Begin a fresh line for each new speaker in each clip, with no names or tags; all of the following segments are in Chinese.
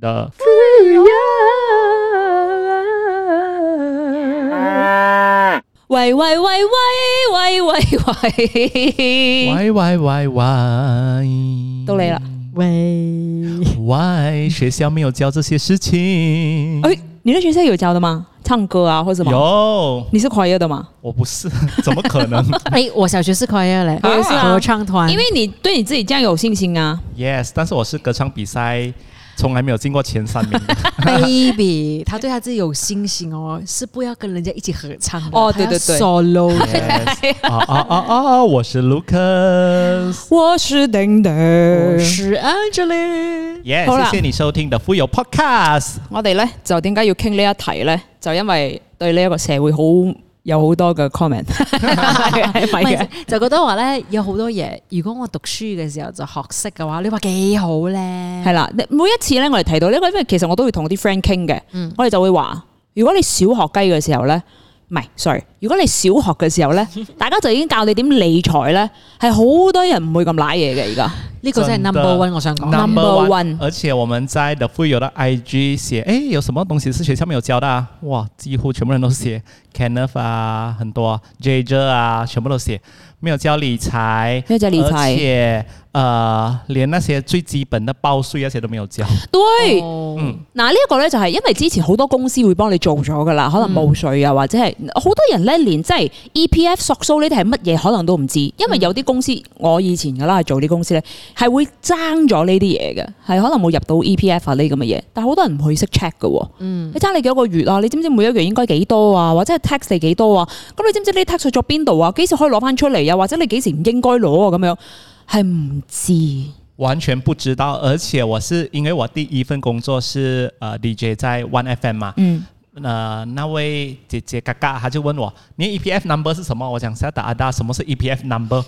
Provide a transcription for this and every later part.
的。
喂喂喂喂喂喂喂，
喂喂喂喂，
都累了。
喂，
喂，学校没有教这些事情。
哎，你那学校有教的吗？唱歌啊，或者什么？
有，
你是 choir 的吗？
我不是， 怎么可 能
哎，我小学是 choir 嘞，
我也是啊
合唱团，
因为你对你自己这样有信心啊。
？Yes，但是我是歌唱比赛从来没有进过前三 名的。
baby 他对他自己有信心哦，是不要跟人家一起合唱的
哦
他要
对对对
solo 的
Yes，啊啊啊啊！我是 Lucas。
我是等等，
我是 Angela，
耶、
好啦
谢谢你收听的富有 Podcast。
我哋咧就點解要傾呢一題咧？就因為對呢一個社會好有好多嘅 comment，係
唔
咪嘅？
係就覺得話咧有好多嘢，如果我讀書嘅時候就學識嘅話，你話幾好咧？
係啦，你每一次咧我哋提到呢個，因為其實我都會同啲 friend 傾嘅，我哋就會話：如果你小學雞嘅時候咧，唔係，sorry，如果你小學嘅時候咧，大家就已經教你點理財咧，係好多人唔會咁賴嘢嘅而家。
呢個真係
真的
number one，我想講。
Number one
而且我们在的富有的 IG 写，哎，有什么东西是学校没有教的、啊？哇，几乎全部人都写 Kenneth 啊，很多 JJ 啊，全部都写没有教理财，
没有教理财
而且呃，连那些最基本的报税那些都没有教。
對。
哦
嗯，
嗱，呢一個咧就係因為之前好多公司會幫你做咗噶啦，可能報税啊，或者係好多人咧連即係 EPF 索數呢啲係乜嘢可能都唔知，因為有啲公司我以前噶啦係做啲公司咧係會爭咗呢啲嘢嘅，係可能冇入到 EPF 啊呢啲咁嘅嘢，但係好多人唔去識 check 嘅喎。你爭你幾多個月啊？你知唔知每一個月應該幾多啊？或者係 tax 你幾多啊？咁你知唔知呢啲 tax 去咗邊度啊？幾時可以攞翻出嚟啊？或者你幾時唔應該攞啊？咁樣係唔知。
完全不知道，而且我是因为我第一份工作是呃 DJ 在 One FM 嘛，
嗯，
呃，那位姐姐嘎嘎，她就问我，你 EPF number 是什么？我讲是要打阿达，什么是 EPF number？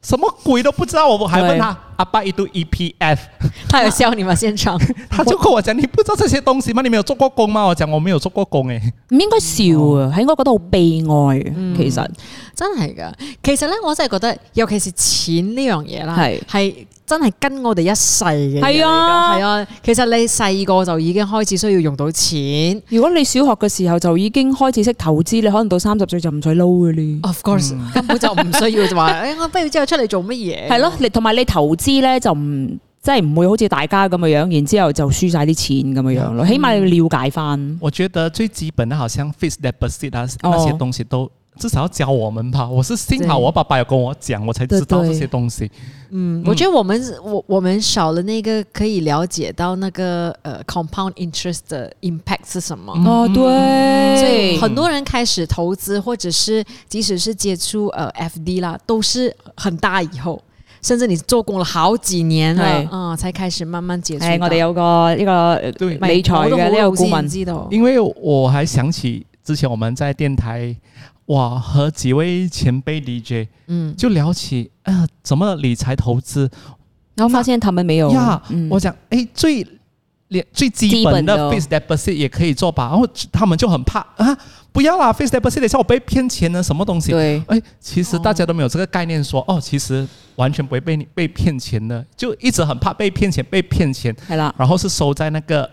什么鬼都不知道，我还问她阿爸一读 EPF，
他有笑你嗎？現場
她就跟我讲，你不知道这些东西吗？你没有做过工吗？我讲我没有做过工欸诶、
唔應該笑啊，係應該覺得好悲哀。啊其實
真係㗎。其實咧，我真係覺得，尤其是錢呢樣嘢啦，
係
係真係跟我哋一世嘅嘢嚟㗎。
係啊
係啊。其實你細個就已經開始需要用到錢。
如果你小學嘅時候就已經開始識投資，你可能到三十歲就唔使撈嘅咧。
Of course，、根
嗯
本就唔需要 就話，誒我畢業之後出嚟做乜嘢？
係咯，你同埋你投資咧就唔即係唔會好似大家咁嘅樣，然之後就輸晒啲錢咁嘅樣
嗯
咯。起碼你要了解翻。
我觉得最基本的，好像 fixed deposit 啊、
哦
那些东西都至少要教我们吧。我是幸好
对
我爸爸有跟我讲，我才知道
对
这
对
些东西。
嗯，我觉得我们我我们少了那个可以了解到那个呃 compound interest 的 impact 是什么。
哦，
所
對
以很多人开始投资，或者是即使是接触呃 FD 啦，都是很大以后，甚至你做工了好几年了
对，
嗯，才开始慢慢接触到。
係我哋有個呢個
对，
理財嘅呢個顧
我都好耐
問，
先知道，
因为我还想起之前我们在电台，哇，和几位前辈 DJ
嗯，
就聊起，呃，怎么理财投资
然後發現他們沒有。
呀？
嗯
我讲，哎，最连最基本的
基本的
fixed deposit 也可以做吧？然后他们就很怕啊，不要啦，fixed deposit，等一下我被骗钱了，什么东西？
對
哎，其实大家都没有这个概念说，哦，其实完全不会被你被骗钱的，就一直很怕被骗钱，被骗钱。
係啦，
然后是收在那个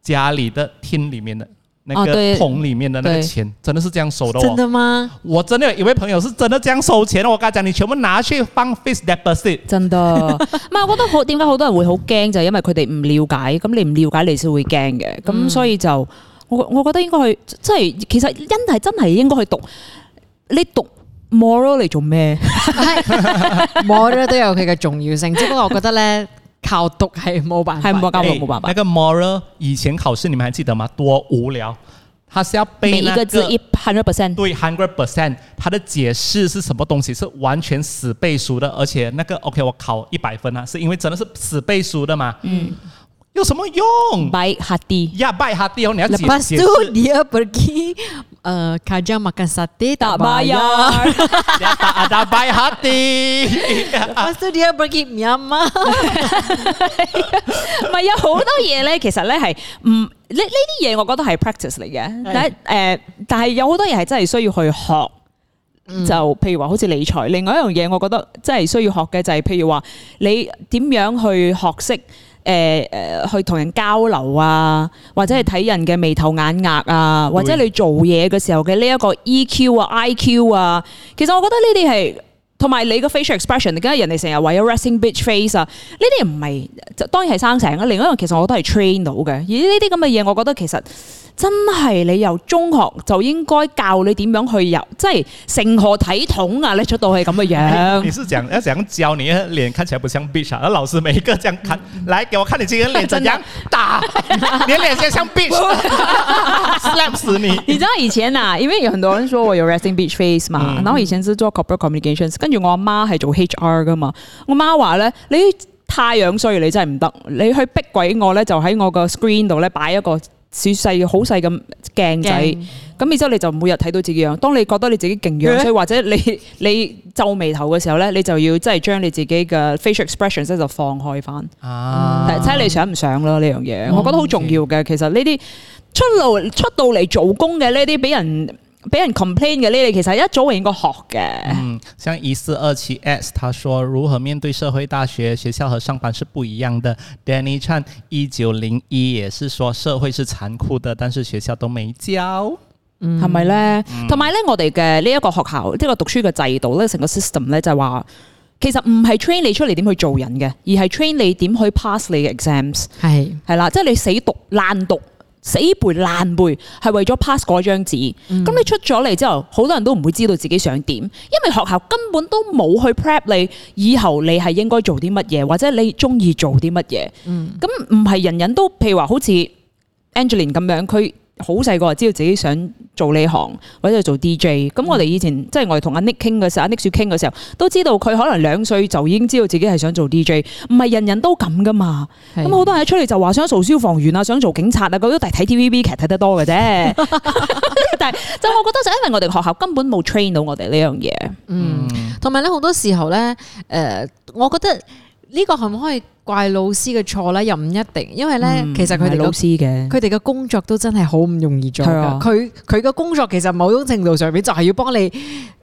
家里的厅里面的那
啊
个
对
桶里面的那个
对
钱，真的是这样收的
真
哦。
的吗？
我真的有一位朋友是真的这样收钱的，我跟他讲，你全部拿去放 fixed deposit。
真㗎，唔係我覺得好點解好多人會好驚就係因為佢哋唔了解，咁你唔了解你先會驚嘅，咁、所以就我我覺得應該去即係其實真係真係應該去讀，你讀 moral 嚟做咩？
我覺得都有佢嘅重要性，只不過我覺得咧 靠讀係冇辦
係
法嘅，
冇教
哎
冇辦法
那，个 moral 以前考试你们还记得吗？多无聊，他是要
每
背
一
那
個字一 hundred percent。
对 hundred percent，它的解释是什么东西？是完全死背熟的，而且那个 OK，我考一百分啊，是因为真的是死背熟的嘛。嗯，有什么用？
By h a d i
呀，拜哈蒂哦，你要解
Lepas
解
tu
释。
dia pergi uh, Kajang makan sate
tak
tak bayar.
bayar，
Ya tak ada baik hati.
Lepas tu dia pergi Myanmar.
唔係有好多嘢咧，其實咧係唔呢呢啲嘢，我覺得係 practice 嚟嘅，但係誒、但係有好多嘢係真係需要去學。就譬如話好似理財，另外一樣嘢，我覺得真係需要學嘅就係譬如話你點樣去學識诶诶去同人交流啊，或者係睇人嘅眉頭眼額啊，或者你做嘢嘅時候嘅呢一個 EQ 啊、IQ 啊，其實我覺得呢啲係。同埋你個 facial expression，梗係人哋成日為咗 resting bitch face 啊，呢啲唔係就當然係生成啦。啊另一樣其實我覺得係 train 到嘅，而呢啲咁嘅嘢，我覺得其實真係你由中學就應該教你點樣去由，即係成何體統啊！你出到去咁嘅樣
你。是讲要怎样教你的脸看起来不像 bitch 啊？而老师每一个这样看，来给我看你今天脸怎样打，你的脸现在像 bitch，slap 死你！
你知道以前啊，因為有很多人說我有 resting beach face 嘛，然後以前是做 corporate communications，跟住我阿媽係做 HR 噶嘛，我媽話咧你太樣衰，你真係唔得，你去逼鬼我咧就喺我個 screen 度咧擺一個小細好細嘅鏡仔
鏡。
咁然之後你就每日睇到自己樣。當你覺得你自己勁樣，所以或者你你皺眉頭嘅時候咧，你就要即係將你自己嘅 facial expressions 咧就放開翻。
啊
但係睇你想唔想咯呢樣嘢，我覺得好重要嘅。其實呢啲出路出到嚟做工嘅呢啲，俾人俾人 complain 嘅呢啲，其實一早應該學嘅。
嗯，像一四二七 S，他说如何面对社会大学、学校和上班是不一样的。Danny Chan 一九零一也是说社会是残酷的，但是学校都没教。
係咪咧？同埋咧，我哋嘅呢一個學校，呢、個讀書嘅制度咧，成個 system 咧就係話，其實唔係 train 你出嚟點去做人嘅，而係 train 你點去 pass 你嘅 exams。
係
係啦，即係你死讀爛讀。死背爛背係為咗 pass 嗰張紙，咁、你出咗嚟之後，好多人都唔會知道自己想點，因為學校根本都冇去 prep 你，以後你係應該做啲乜嘢，或者你中意做啲乜嘢。咁唔係人人都，譬如話好似 Angeline 咁樣，佢好細個就知道自己想做呢行或者做 DJ。咁我哋以前、即係我哋同阿 Nick 傾嘅時候，阿 Nick 雪傾嘅時候，都知道佢可能兩歲就已經知道自己係想做 DJ，唔係人人都咁噶嘛。咁好多人一出嚟就話想做消防員啊，想做警察啊，嗰啲都係睇 TVB 劇睇得多嘅啫。 但係就我覺得就因為我哋學校根本冇 train 到我哋呢樣嘢，
嗯，同埋咧好多時候咧，誒、我覺得呢個係唔可以怪老師嘅錯咧？又唔一定，因為咧，
Hmm,
其實佢哋
嗯老
嘅
師嘅。
佢哋嘅工作都真係好唔容易做
係啊
㗎佢佢嘅工作其實某種程度上面就係要幫你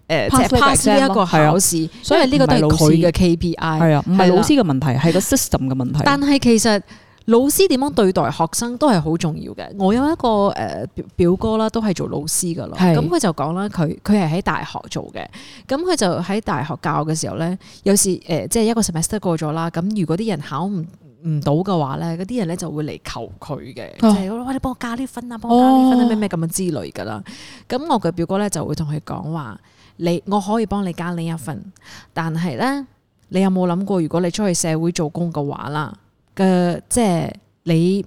誒
Pass
即係 eh, pass 呢
呢個 exam
一個
咯係啊
考試，
所
所
以
以呢個都
唔
係
係老
佢
師
嘅 KPI。
係啊，唔係
係啦
老師嘅問題，係個 system 嘅問題。
但係其實老師點樣對待學生都係好重要嘅。我有一個誒、呃表表哥啦，都係做老師噶啦。
係
咁佢就講啦，佢佢係喺大學做嘅。咁佢就喺大學教嘅時候咧，有時誒、呃即係一個 semester 過咗啦。咁如果啲人考唔唔到嘅話咧，嗰啲人咧就會嚟求佢嘅，
哦
即係喂你幫我加啲分啊，幫我加啲分啊，咩咩咁樣之類噶啦。咁我嘅表哥咧就會同佢講話：你我可以幫你加呢一份，但係咧，你有冇諗過，如果你出去社會做工嘅話啦，嘅即係你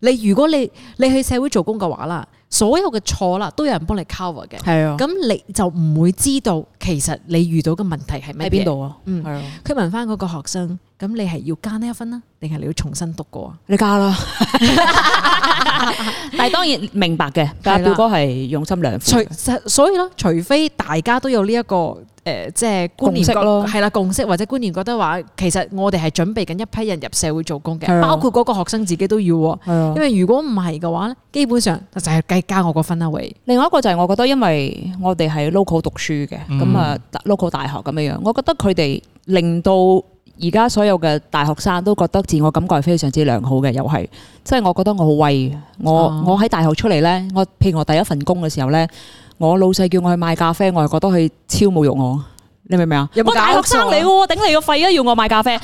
你如果你你去社會做工嘅話啦，所有嘅錯啦都有人幫你 cover 嘅，
係啊，
咁你就唔會知道其實你遇到嘅問題係
喺
乜嘢
邊？度啊？
嗯
係啊，
佢問翻嗰個學生，咁你係要加呢一分啦，定係你要重新讀過啊？
你加啦。 但係當然明白嘅，但係
係啦
表哥係用心良苦
除
嘅。
所以咯，除非大家都有呢、一個誒、呃即係觀念
共識
覺
咯
係啦共識或者觀念覺得話，其實我哋係準備緊一批人入社會做工
係
嘅，
啊
包括嗰個學生自己都要喎。
係啊
哦
因為如果唔係嘅話咧，基本上就係計加我個分啦喂。
另外一個就係我覺得，因為我哋係 local 讀書嘅，咁啊、local 大學咁樣樣，我覺得佢哋令到而家所有嘅大學生都覺得自我感覺係非常之良好嘅，又係即係我覺得我好威嘅，我、
哦
我喺大學出嚟呢，我譬如我第一份工嘅時候呢，我老細叫我去賣咖啡，我係覺得佢超侮辱我，你明唔明啊？
有冇
我大
搞
學
錯
生嚟嘅喎，頂你個肺啊！要我賣咖啡，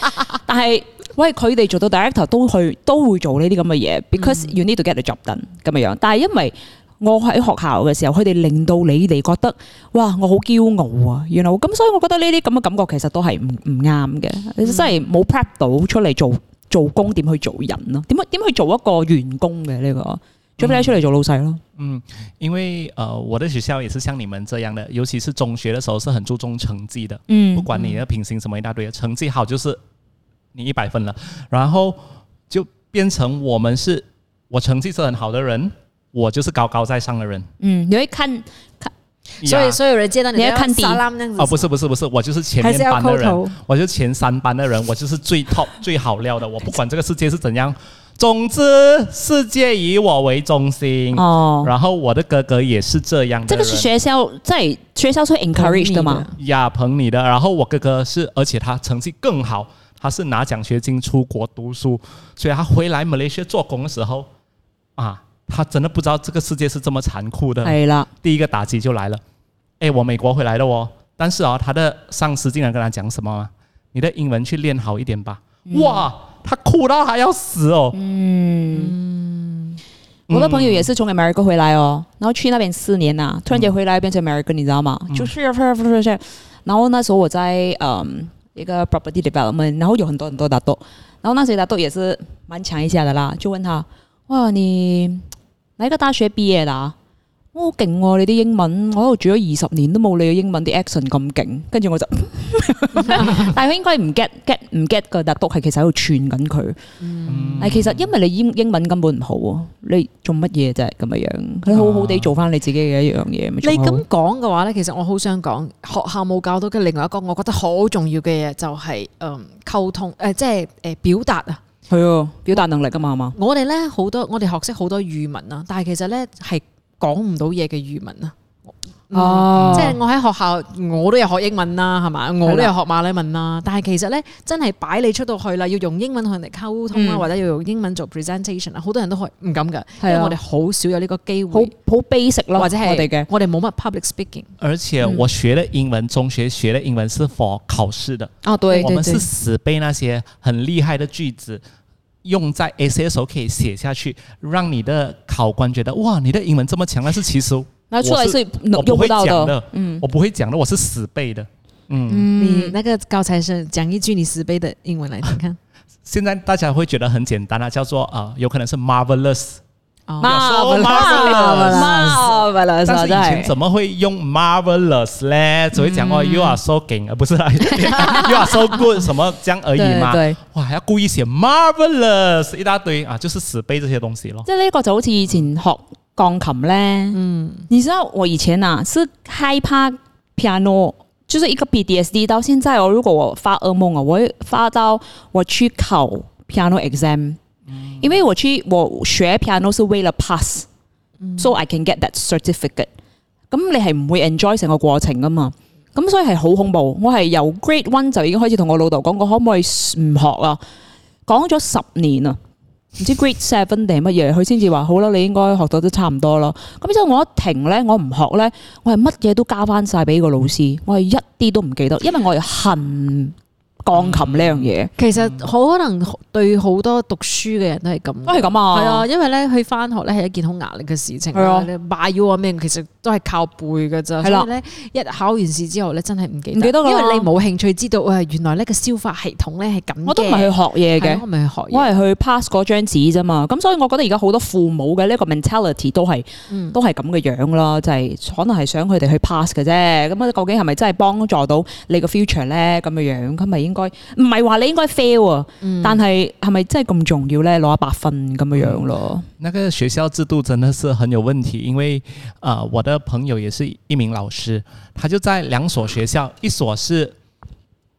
但係。喂，佢哋做到 director 都去都會做呢啲咁嘅嘢，because
嗯
you need to get the job done 咁嘅樣。但係因為我喺學校嘅時候，佢哋令到你哋覺得，哇！我好驕傲啊，原來咁，所以我覺得呢啲咁嘅感覺其實都係唔唔啱嘅，真係冇 prep 到出嚟做做工點去做人咯，點去點去做一個員工嘅呢個，除非你出嚟做老細咯。
嗯，因为呃，我的学校也是像你们这样的，尤其是中学的时候是很注重成绩的，不
嗯，
管你的品行什么一大堆的，成绩好就是你一百分了，然后就变成我们是我成绩是很好的人，我就是高高在上的人。
嗯，你要看，
所以
呀
所以人接到你
你要看底
沙拉那樣子
哦，不是不是不是，我就是前
還
面
是要
班的
叩
人，
頭。
我就是前三班的人，我就是最 top 最好料的，我不管这个世界是怎样，总之世界以我为中心。
哦，
然后我的哥哥也是这样的
這個
人，
是學校在學校是會 encourage 的嘛？
呃呀捧你的。然后我哥哥是，而且他成绩更好，他是拿奖学金出国读书，所以他回来马来西亚做工的时候，啊，他真的不知道这个世界是这么残酷的。
系啦，
第一个打击就来了，哎，我美国回来了哦，但是啊、他的上司竟然跟他讲什么啊你的英文去练好一点吧。哇，他哭到他要死哦。嗯
嗯
嗯
我的朋友也是从 America 回来哦，然后去那边四年呐、突然间回来变成 American，你知道吗？就是啊然后那时候我在嗯一个 property development，然后有很多很多打斗，然后那些打斗也是蛮强一下的啦，就问他：哇，你哪一个大学毕业的、啊？我好勁喎！你啲英文，我喺度住咗二十年都冇你嘅英文啲 action 咁勁。跟住我就， 但係佢應該唔 get get 唔 get 個特督係其實喺度串緊佢。
嗯
但係其實因為你英英文根本唔好啊，你做乜嘢啫咁嘅樣？佢
啊
好好地做翻你自己嘅一樣嘢咪仲
你
好。
咁講嘅話咧，其實我好想講學校冇教到嘅另外一個，我覺得好重要嘅嘢就係、嗯溝通誒、呃即係誒、呃表達啊。
係啊，表達能力啊嘛，係嘛？
我哋咧好多，我哋學識好多語文啊，但係其實咧係講唔到嘢嘅語文啊。嗯
哦
即係我喺學校，我都有學英文啦，係嘛？我都有學馬來文啦。但係其實咧，真係擺你出到去啦，要用英文同人哋溝通啦，啊
嗯
或者要用英文做 presentation 啊，好多人都係唔敢㗎，因
係啊
為我哋好少有呢個機
好
會，
好 basic 咯，
或者係
我哋嘅。
我哋冇乜 public speaking。
而且我学的英文，中学学的英文是 for 考试的，
啊，對
我
對
们
對
是，死背那些很厉害的句子，用在 essay 的时候可以写下去，让你的考官觉得哇，你的英文这么强，但是其 实
那出來是
我
用
不
不
会
到
讲
的。
的，嗯，我不会讲的，我是死背的。
嗯
你嗯那個高材生講一句你死背的英文嚟聽 看。
现在大家会觉得很简单啊，叫做啊、呃有可能是 marvelous，
哦
啊
有时候 marvelous 但是以前怎么会用 marvelous 呢？只会
嗯
讲、哦，you are so 勁，而不是 啊 you are so good 什么这样而已 嘛。
對對
哇，还要故意写 marvelous 一大堆啊，就是死背这些东西咯。
即係呢個就好似以前學鋼琴咧，嗯，你知道我以前啊是害怕 piano，就是一個 PDSD，到現在哦，如果我發噩夢啊，我會發到我去考 piano exam，、因
嗯
為我去我學 piano 是為了 pass，so、I
嗯
can get that certificate。咁你係唔會 enjoy 成個過程噶嘛？咁所以係好恐怖。我係由 grade one 就已經開始同我老豆講，我可唔可以唔學啊？講咗十年啊！唔知 grade seven 定係乜嘢，佢先至話好啦，你應該學到都差唔多咯。咁之後我一停咧，我唔學咧，我係乜嘢都交翻晒俾個老師，我係一啲都唔記得，因為我係恨鋼琴呢樣嘢，
其實可能對好多讀書嘅人都係咁。
都係咁啊。
係啊，因為咧去翻學咧係一件好壓力嘅事情
係
啦。
啊
你買 U 啊咩，其實都係靠背嘅咋。
係
所
啦
以咧，一考完試之後咧，真係唔記
唔記得
因
㗎啦
為你冇興趣知道，哇，原來呢個消化系統咧係咁嘅。
我都唔係去學嘢
係
嘅
啊，我。咪去學
我
嘢。
係去 pass 嗰張紙啫嘛，咁所以我覺得而家好多父母嘅呢個 mentality 都係、都係咁嘅樣啦，就係、可能係想佢哋去 pass 嘅啫。咁啊，究竟係咪真係幫助到你個 future 咧？咁嘅樣，咁咪應該唔係話你應該 fail 啊，但係係咪真係咁重要咧？攞一百分咁嘅樣咯，
那个学校制度真的是很有问题，因为呃，我的朋友也是一名老师，他就在两所学校，一所是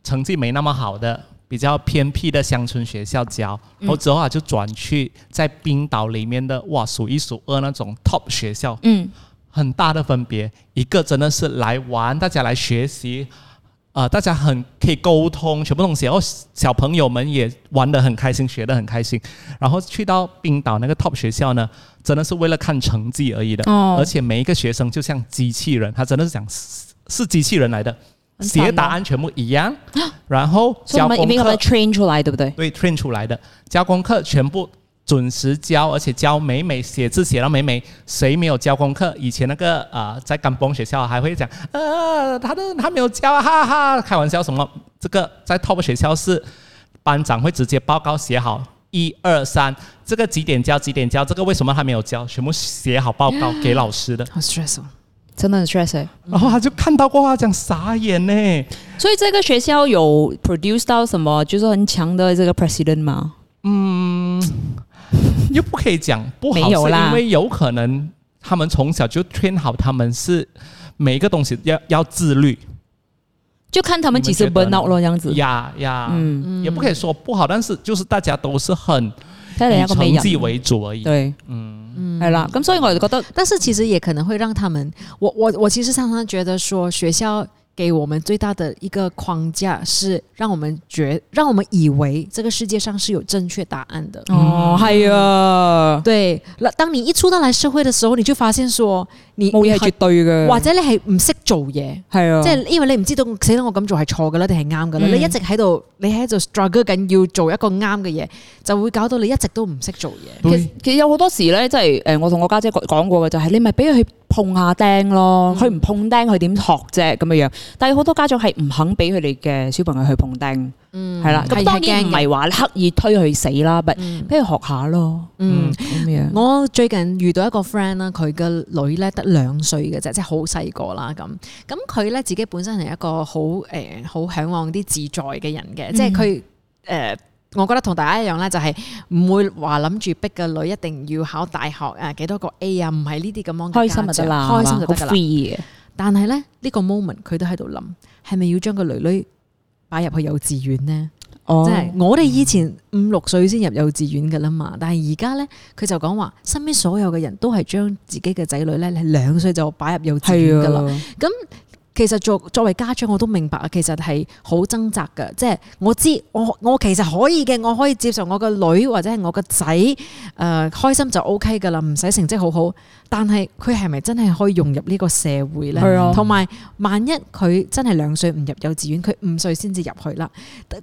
成绩没那么好的。比较偏僻的乡村学校教，
嗯
然后之后啊就转去在冰岛里面的哇数一数二那种 top 学校，
嗯，
很大的分别。一个真的是来玩，大家来学习，呃，大家很可以沟通，全部东西，然后小朋友们也玩得很开心，学得很开心。然后去到冰岛那个 top 学校呢，真的是为了看成绩而已的，
哦
而且每一个学生就像机器人，他真的是讲是是机器人来的，
很惨哦
写答案全部一样，然后
所以
交
我們
功
已經咁
课
樣 train 出嚟，對唔對？
对 train 出来的，交功课全部准时交，而且交美美，写字写到美美。谁没有交功课？以前那个啊、呃在甘榜学校还会讲，呃，他的他没有交啊，哈哈，开玩笑什么？这个在 top 学校是班长会直接报告写好。一二三，这个几点交？几点交？这个为什么他没有交？全部写好报 告给老师的。
好啊 stressful。
真的很 stress 欸
然哦后他就看到过，他讲傻眼呢。
所以這個學校有 produce 到什麼，就是很強的這個 president 嘛，
又不可以讲不好，
没有
是
啦
因为有可能他们从小就 train 好，他们是每一个东西要要自律，
就看他們幾時
你們
burn
覺得呢
out 咯，這樣子。
呀呀，嗯，也不可以说不好，但是就是大家都是很
睇嚟
以
有個美
成
人。
绩为主而已。
對，嗯，係啦，咁所以我就覺得
但是其實也可能會讓他們，我我我其實常常覺得說學校。给我们最大的一个框架是让我们觉，让我们以为这个世界上是有正确答案的。
哦，係啊，
对，嗱当你一出到嚟社會嘅時候，你就發現說你
冇嘢係絕對嘅，
或者你係唔識做嘢，
係啊，
即係因為你唔知道死啦，我咁做係錯嘅啦，定係啱嘅啦。
嗯
你一直喺度，你喺度 struggle 緊要做一個啱嘅嘢，就會搞到你一直都唔識做嘢。
其實其實有好多時咧，即係誒，我同我家姐講講過嘅就係，你咪俾佢去碰下釘咯，佢唔碰釘佢點學啫咁嘅樣。但係好多家長係唔肯俾佢哋嘅小朋友去碰釘，
嗯
係啦。咁當然唔係話刻意推佢死啦，不
嗯
俾佢學下咯，
嗯。
咁樣。
我最近遇到一個 friend 啦，佢嘅女咧得兩歲嘅啫，即係好細個啦咁。咁佢咧自己本身係一個好誒好嚮往啲自在嘅人
嗯
嘅，即係佢誒。我覺得同大家一樣咧，就係唔會話諗住逼個女一定要考大學啊，幾多個 A 啊，唔係呢啲咁樣嘅
開心就
家長
得啦，
開心就得㗎
好啊
啦。
free 嘅。
但係咧，呢、呢個 moment 佢都喺度諗，係咪要將個女女擺入去幼稚園呢？
哦
即係我哋以前五六歲先入幼稚園㗎啦嘛，但係而家咧佢就講話，身邊所有嘅人都係將自己嘅仔女咧，你兩歲就擺入幼稚園㗎
係
啦。
啊，
其實作作為家長，我都明白，其實係好掙扎㗎。即係我知我我其實可以嘅，我可以接受我個女或者係我個仔誒開心就 O K 㗎啦，唔使成績好好。但係佢係咪真係可以融入呢個社會咧？
係啊
同埋，萬一佢真係兩歲唔入幼稚園，佢五歲先至入去啦。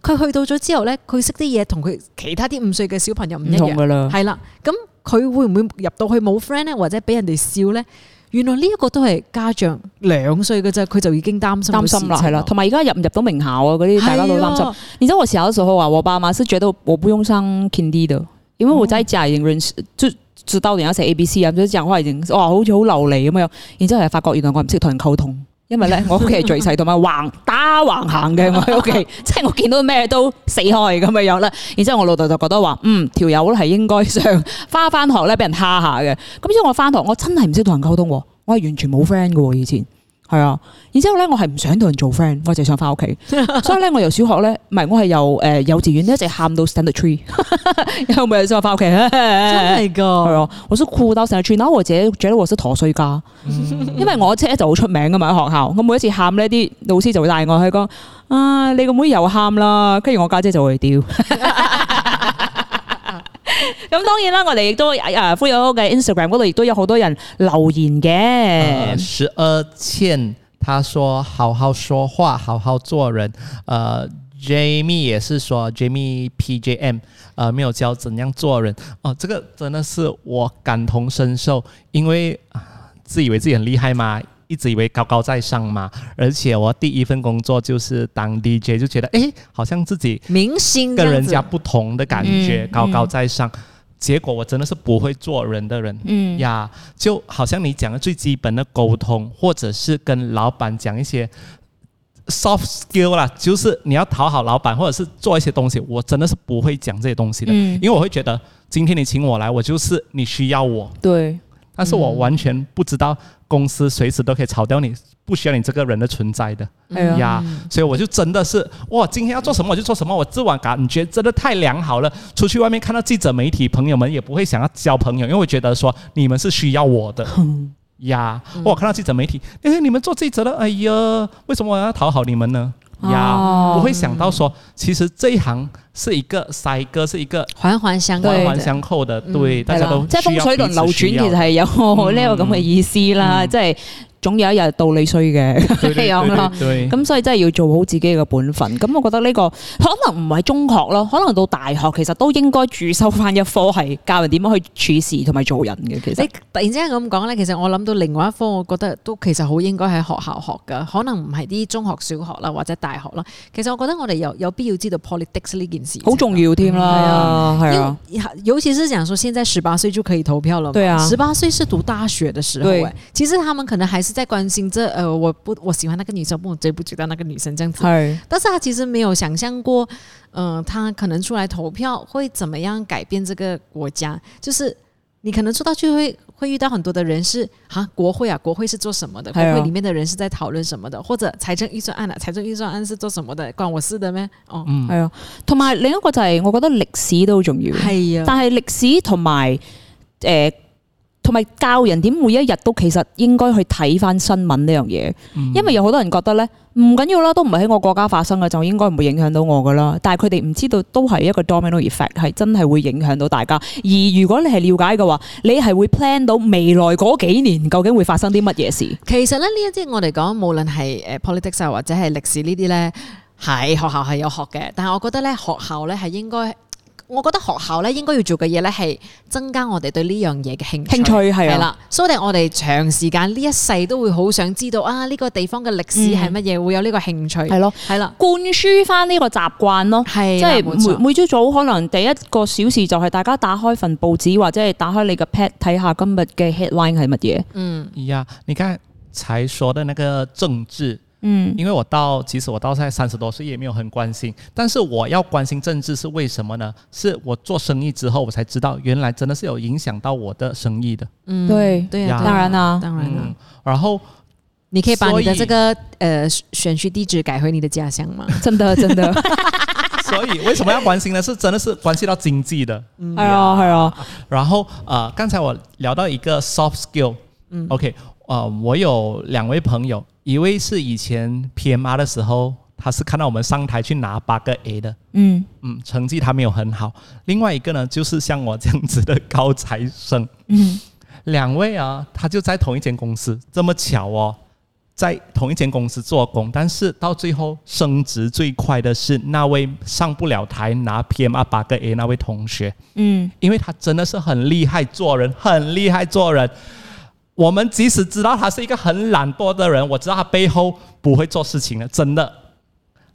佢去到咗之後咧，佢識啲嘢同佢其他啲五歲嘅小朋友唔
唔
一
同
樣，
㗎啦。
係啦。咁佢會唔會入到去冇 friend 咧，或者俾人哋笑咧？原來呢一個都係家長兩歲嘅啫，佢就已經擔心
担心啦，係啦，同埋而家入唔入到名校啊，嗰
埋
啲大家都擔心。。你知道我小的时候啊，我爸妈是觉得我不用上 Kindy 的，因为我在家已经认识，就知道你要寫 A B C 啊，就是講話已經哇好似好流利咁樣，然之後係發覺原來我唔識同人溝通。因為咧，我屋企係最細，同埋橫打橫行嘅我喺屋企，即係我見到咩都死開咁嘅樣啦。然之後我老豆就覺得話，嗯，條友係應該上花翻學咧，俾人蝦下嘅。咁所以我翻學，我真係唔識同人溝通喎，我係完全冇 friend 嘅喎，以前係啊。然之後咧，我係唔想同人做 friend，我就係想翻屋企。所以咧，我由小學咧，唔係我係由誒、呃幼稚園一直喊到 standard three，有冇人想我翻屋企？
真係
係
㗎，
啊，我是酷到成日串，然後我自己覺得我是陀衰家，因為我姐就好出名噶嘛喺學校，我每一次喊呢啲老師就會帶我去講啊，你個妹又喊啦，跟住我家姐就會屌。咁當然啦，我哋亦都啊，灰友嘅 Instagram 嗰度亦都有好多人留言
呃，
嘅，
十二倩她说：“好好说话，好好做人。”呃，Jamie 也是说，Jamie PJM 呃没有教怎样做人哦，这个真的是我感同身受，因为、啊自以为自己很厉害嘛。一直以为高高在上嘛，而且我第一份工作就是当 DJ，就觉得诶，好像自己
明星
跟人
這樣子
家不同的感觉，
嗯
高高在上。结果我真的是不会做人的人，
嗯
呀就好像你讲的最基本的沟通，或者是跟老板讲一些 soft skill 啦，就是你要讨好老板，或者是做一些东西，我真的是不会讲这些东西的，
嗯，
因为我会觉得今天你请我来，我就是你需要我，
對，
但是
嗯
我完全不知道公司随时都可以炒掉你，不需要你这个人的存在的。
係啊，
呀，所以我就真的是哇，今天要做什么我就做什么，我自我感觉真的太良好了。出去外面看到记者、媒体朋友们也不会想要交朋友，因为我觉得说你们是需要我的。呀，
嗯
我看到记者媒体，哎，你们做记者的，哎呀，为什么我要讨好你们呢？呀，
哦
不会想到说，其实这一行是一个塞哥，是一个
環環相
环
扣
环
的。
相扣的，对，大家
係
都
嗯啦即係
需
風
要
水輪
彼
流
此
轉，
需
其
要
實係有呢個咁嘅意思啦，
嗯
即係總有一日到你衰嘅咁
对对
樣
对
咯。
对对
咁所以真係要做好自己嘅本分。咁我覺得呢、個可能唔係中學咯，可能到大學其實都應該主修翻一科係教人點樣去處事同埋做人嘅。其
你
實
突然之間咁講咧，其實我諗到另外一科，我覺得都其實好應該喺學校學噶，可能唔係啲中學、小學啦，或者大學啦。其實我覺得我哋有有必要知道 politics 呢件事情
好重要添啦，啊係啊，
因为尤其是讲说现在十八岁就可以投票了嘛，
对啊
十八岁是读大学的时候、
对
哎，其实他们可能还是在关心这呃，我不我喜欢那个女生，不我追不追到那个女生这样子，
係啊
但是他其实没有想象过，嗯、他可能出来投票会怎么样改变这个国家，就是你可能出到去会会遇到很多的人是啊，国会啊，国会是做什么的？国
哎呀
会里面的人是在讨论什么的？或者财政预算案啊，财政预算案是做什么的？关我事的咩？哦，
係啊。同埋另一
哎
哎個就係我覺得歷史都好重要。
系啊，
但係歷史同埋誒同埋教人點每一日都其實應該去睇翻新聞呢樣嘢，
嗯
因為有好多人覺得咧唔緊要啦，都唔係喺我國家發生嘅，就應該唔會影響到我噶啦。但係佢哋唔知道都係一個 domino effect，係真係會影響到大家。而如果你係了解嘅話，你係會 plan 到未來嗰幾年究竟會發生啲乜嘢事。
其實咧呢一啲我哋講，無論係誒 politics 啊或者係歷史呢啲咧，係學校係有學嘅，但係我覺得咧學校咧係應該，我覺得學校咧應該要做嘅嘢咧係增加我哋對呢樣嘢嘅興
興趣係
係
啊，
啦，所以我哋長時間呢一世都會好想知道啊呢個地方嘅歷史係乜嘢，會有呢個興趣
嗯係咯，
係啦，
灌輸翻呢個習慣咯。
係
即
啦
係
冇錯
每每朝早可能第一個小時就係大家打開份報紙或者係打開你嘅 pad 睇下今日嘅 headline 係乜嘢。
嗯
呀你刚才说的那个政治，
嗯，
因为我到其实我到现在三十多岁也没有很关心，但是我要关心政治是为什么呢？是我做生意之后我才知道，原来真的是有影响到我的生意的。
嗯，
對
對啊，
呀
當然啦
當然啦
嗯，，然后
你可以把你
所
的這
以
個呃選區地址改回你的家鄉嗎？
真的真的。
所以为什么要关心呢？是真的是关系到经济的。
係啊，係啊，
然后呃，刚才我聊到一个 soft skill，嗯，OK，呃，我有两位朋友，一位是以前 PMR 的时候，他是看到我们上台去拿八个 A 的，
嗯，
嗯，成绩他没有很好。另外一个呢，就是像我这样子的高材生，
嗯，
两位啊，他就在同一间公司，这么巧哦。在同一间公司做工，但是到最后升职最快的是那位上不了台拿 PMR 八个 A 那位同学。
嗯，
因为他真的是很厉害做人，很厉害做人。我们即使知道他是一个很懒惰的人，我知道他背后不会做事情的，真的，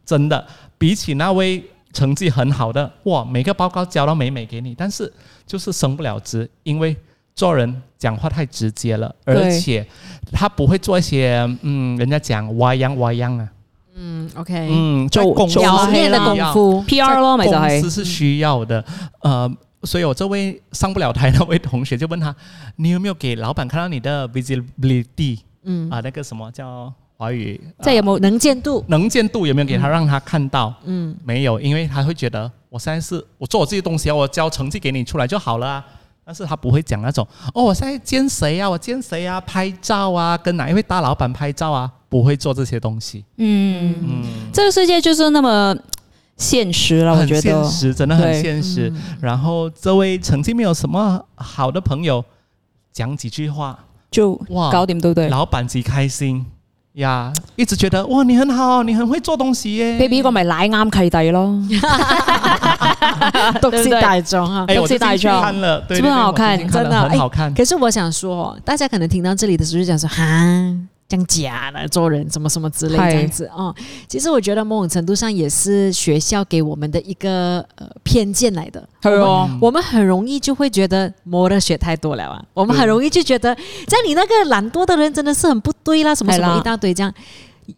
真的。比起那位成绩很好的，哇，每个报告交到美美给你，但是就是升不了职，因为做人讲话太直接了，
对
而且他不会做一些嗯，人家讲歪样歪样啊，
嗯，OK，啊
嗯，在
做
公司
做
表
表
面
面
的
的
功
功
夫，
，PR 咯，咪就
公
係
司是需要的。呃，所以我这位上不了台那位同学就问他，你有没有给老板看到你的 visibility
嗯
啊、那个什么叫华语？呃
即係有冇
能见度，
啊能见度有没有给他让他看到？
嗯，
没有，因为他会觉得我现在是我做我自己的东西啊，我交成绩给你出来就好了啊。但是他不会讲那种哦，我现在见谁啊，我见谁啊，拍照啊，跟哪一位大老板拍照啊，不会做这些东西。
嗯，
嗯，
這個世界就是那麼現實啦，我
很
覺
现
得。
实，真的很
对嗯
现实。然后这位成绩没有什么好的朋友讲几句话，
就
哇
搞掂都對。
老板极开心呀，一直觉得哇你很好，你很会做东西耶。
baby 呢個咪奶啱契弟咯，
独
对不
占
对
大众啊。
哎，我
自
最
己带
近去
妆
看了，对，
是不是
对
很好看哎
对我最近看
真的
了很好看。
可是我想说，大家可能听到这里的时候就讲说，哈，这样假的做人什么什么之类
嗨
这样子哦。其实我觉得某种程度上也是学校给我们的一个呃偏见来的。
係啊
哦
喎，
嗯
我们很容易就会觉得摸的血太多了啊，我们很容易就觉得，像你那个懒惰的人真的是很不对啦，什么什
哎
么
啦
一大堆这样。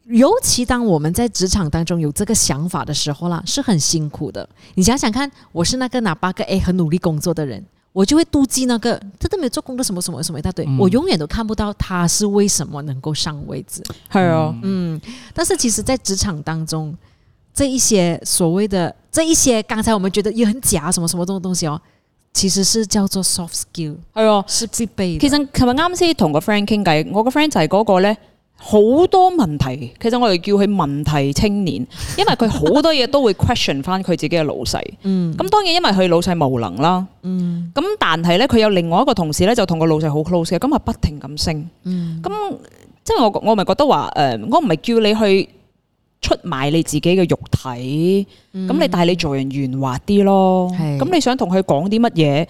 尤其当我们在职场当中有这个想法的时候啦，是很辛苦的。你想想看，我是那个哪八个 A 哎很努力工作的人，我就会妒忌那个他都没有做工作什么什么什么一大堆，
嗯
我永远都看不到他是为什么能够上位置。
係啊，
嗯，但是其实，在职场当中，这一些所谓的这一些，刚才我们觉得也很假，什么什么东东西哦，其实是叫做 soft skill，
係啊。
是必备
其
的。
實琴日啱先同個 friend 傾偈，我個 friend 就係嗰個咧。好多問題，其實我哋叫佢問題青年，因為佢好多嘢都會 question 翻佢自己嘅老細。
嗯
咁當然因為佢老細無能啦，
嗯
咁但係咧佢有另外一個同事咧就同個老細好 close 嘅，咁啊不停咁升。
嗯，
咁即係我我咪覺得話誒、呃我唔係叫你去出賣你自己嘅肉體，咁、你但係你做人圓滑啲咯。
係
咁你想同佢講啲乜嘢，